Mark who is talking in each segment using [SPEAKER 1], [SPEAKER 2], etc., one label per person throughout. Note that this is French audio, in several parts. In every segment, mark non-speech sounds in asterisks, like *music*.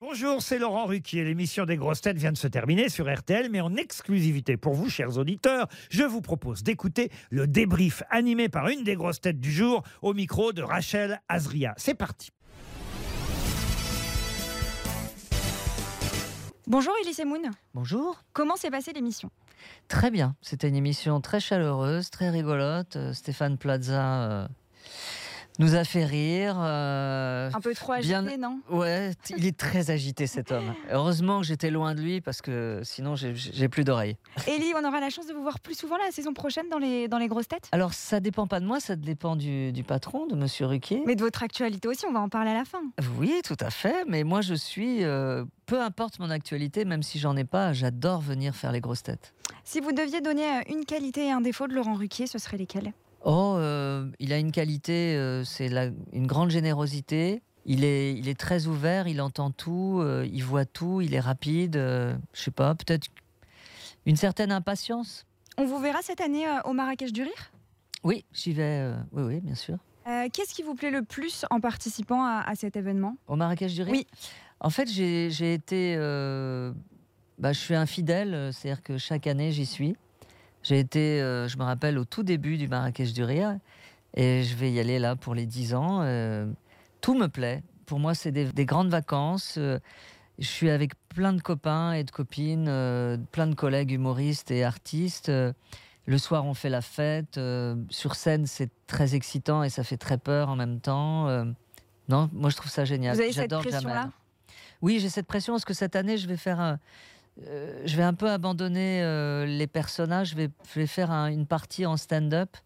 [SPEAKER 1] Bonjour, c'est Laurent Ruquier. L'émission des grosses têtes vient de se terminer sur RTL, mais en exclusivité pour vous, chers auditeurs, je vous propose d'écouter le débrief animé par une des grosses têtes du jour au micro de Rachel Azria. C'est parti.
[SPEAKER 2] Bonjour Elise Moon,
[SPEAKER 3] Bonjour.
[SPEAKER 2] comment s'est passée l'émission
[SPEAKER 3] Très bien. C'était une émission très chaleureuse, très rigolote. Euh, Stéphane Plaza euh, nous a fait rire. euh,
[SPEAKER 2] Un peu trop agitée,
[SPEAKER 3] Bien-
[SPEAKER 2] non
[SPEAKER 3] Ouais, t- il est très agité cet homme. Heureusement que j'étais loin de lui parce que sinon j'ai- j'ai plus d'oreilles.
[SPEAKER 2] Ellie, on aura la chance de vous voir plus souvent la saison prochaine dans les, dans les grosses têtes
[SPEAKER 3] Alors ça dépend pas de moi, ça dépend du, du patron, de Monsieur Ruquier.
[SPEAKER 2] Mais de votre actualité aussi, on va en parler à la fin.
[SPEAKER 3] Oui, tout à fait. Mais moi je suis, euh, peu importe mon actualité, même si j'en ai pas, j'adore venir faire les grosses têtes.
[SPEAKER 2] Si vous deviez donner euh, une qualité et un défaut de Laurent Ruquier, ce seraient lesquels
[SPEAKER 3] Oh, euh, il a une qualité, euh, c'est la- une grande générosité. Il est, il est très ouvert, il entend tout, euh, il voit tout, il est rapide. euh, je sais pas, peut-être une certaine impatience.
[SPEAKER 2] On vous verra cette année euh, au Marrakech du Rire
[SPEAKER 3] Oui, j'y vais. euh, oui, oui, bien sûr.
[SPEAKER 2] Euh, Qu'est-ce qui vous plaît le plus en participant à, à cet événement
[SPEAKER 3] Au Marrakech du Rire
[SPEAKER 2] Oui.
[SPEAKER 3] En fait, j'ai j'ai été. euh, bah, je suis infidèle, euh, c'est-à-dire que chaque année, j'y suis. J'ai été, euh, je me rappelle, au tout début du Marrakech du Rire. Et je vais y aller là pour les 10 ans. euh, tout me plaît. Pour moi, c'est des, des grandes vacances. euh, je suis avec plein de copains et de copines, euh, plein de collègues humoristes et artistes. euh, le soir, on fait la fête. euh, sur scène, c'est très excitant et ça fait très peur en même temps. euh, non, moi, je trouve ça génial.
[SPEAKER 2] Vous avez cette
[SPEAKER 3] J'adore Jamel.
[SPEAKER 2] pression-là
[SPEAKER 3] Oui, j'ai cette pression parce que cette année, je vais faire un. euh, je vais un peu abandonner euh, les personnages. Je vais, je vais faire un- une partie en stand-up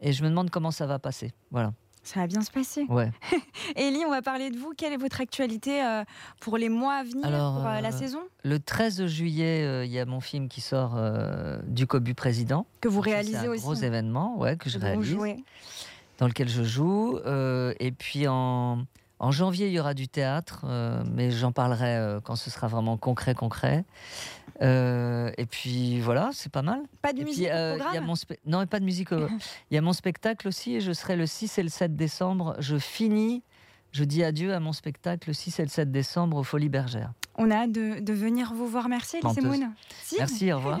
[SPEAKER 3] et je me demande comment ça va passer. Voilà.
[SPEAKER 2] Ça va bien se passer. *laughs*
[SPEAKER 3] Ouais.
[SPEAKER 2] Ellie, on va parler de vous. Quelle est votre actualité euh, pour les mois à venir,
[SPEAKER 3] Alors,
[SPEAKER 2] pour euh, la
[SPEAKER 3] euh,
[SPEAKER 2] saison
[SPEAKER 3] Le 13 juillet, euh, il y a mon film qui sort euh, du Cobu Président.
[SPEAKER 2] que vous
[SPEAKER 3] Ça,
[SPEAKER 2] réalisez
[SPEAKER 3] C'est un
[SPEAKER 2] aussi
[SPEAKER 3] gros événement ouais, que
[SPEAKER 2] dont
[SPEAKER 3] je
[SPEAKER 2] vous
[SPEAKER 3] réalise,
[SPEAKER 2] jouez.
[SPEAKER 3] dans lequel je joue. Euh, et puis en, en janvier, il y aura du théâtre, euh, mais j'en parlerai euh, quand ce sera vraiment concret, concret. Euh, et puis voilà, c'est pas mal.
[SPEAKER 2] Pas de
[SPEAKER 3] Et puis,
[SPEAKER 2] musique au
[SPEAKER 3] euh, il y a
[SPEAKER 2] programme
[SPEAKER 3] mon spe- Non, pas
[SPEAKER 2] *laughs*
[SPEAKER 3] de musique. euh, Il y a mon spectacle aussi et je serai le 6 et le 7 décembre. Je finis, je dis adieu à mon spectacle le 6 et le 7 décembre aux Folies Bergères.
[SPEAKER 2] On a hâte de, de venir vous voir. Merci, Elise
[SPEAKER 3] Menteuse.
[SPEAKER 2] Moon. Si.
[SPEAKER 3] Merci, au revoir.